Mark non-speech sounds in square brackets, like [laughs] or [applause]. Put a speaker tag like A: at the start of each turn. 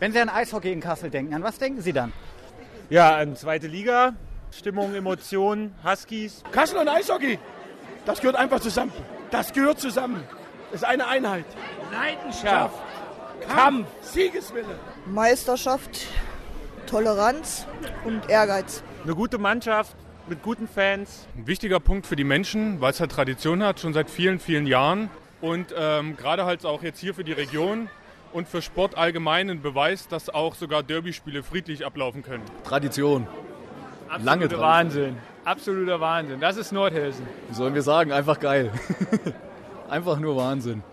A: Wenn Sie an Eishockey in Kassel denken, an was denken Sie dann?
B: Ja, an zweite Liga, Stimmung, Emotionen, Huskies.
C: Kassel und Eishockey, das gehört einfach zusammen. Das gehört zusammen. Das ist eine Einheit.
D: Leidenschaft,
C: Kampf, Siegeswille.
E: Meisterschaft, Toleranz und Ehrgeiz.
B: Eine gute Mannschaft mit guten Fans.
F: Ein wichtiger Punkt für die Menschen, weil es halt Tradition hat, schon seit vielen, vielen Jahren. Und ähm, gerade halt auch jetzt hier für die Region und für Sport allgemein ein Beweis, dass auch sogar Derbyspiele friedlich ablaufen können.
G: Tradition.
D: absoluter
G: Lange dran.
D: Wahnsinn. Absoluter Wahnsinn. Das ist Nordhessen.
G: Wie sollen wir sagen? [laughs] Einfach geil. Einfach nur Wahnsinn.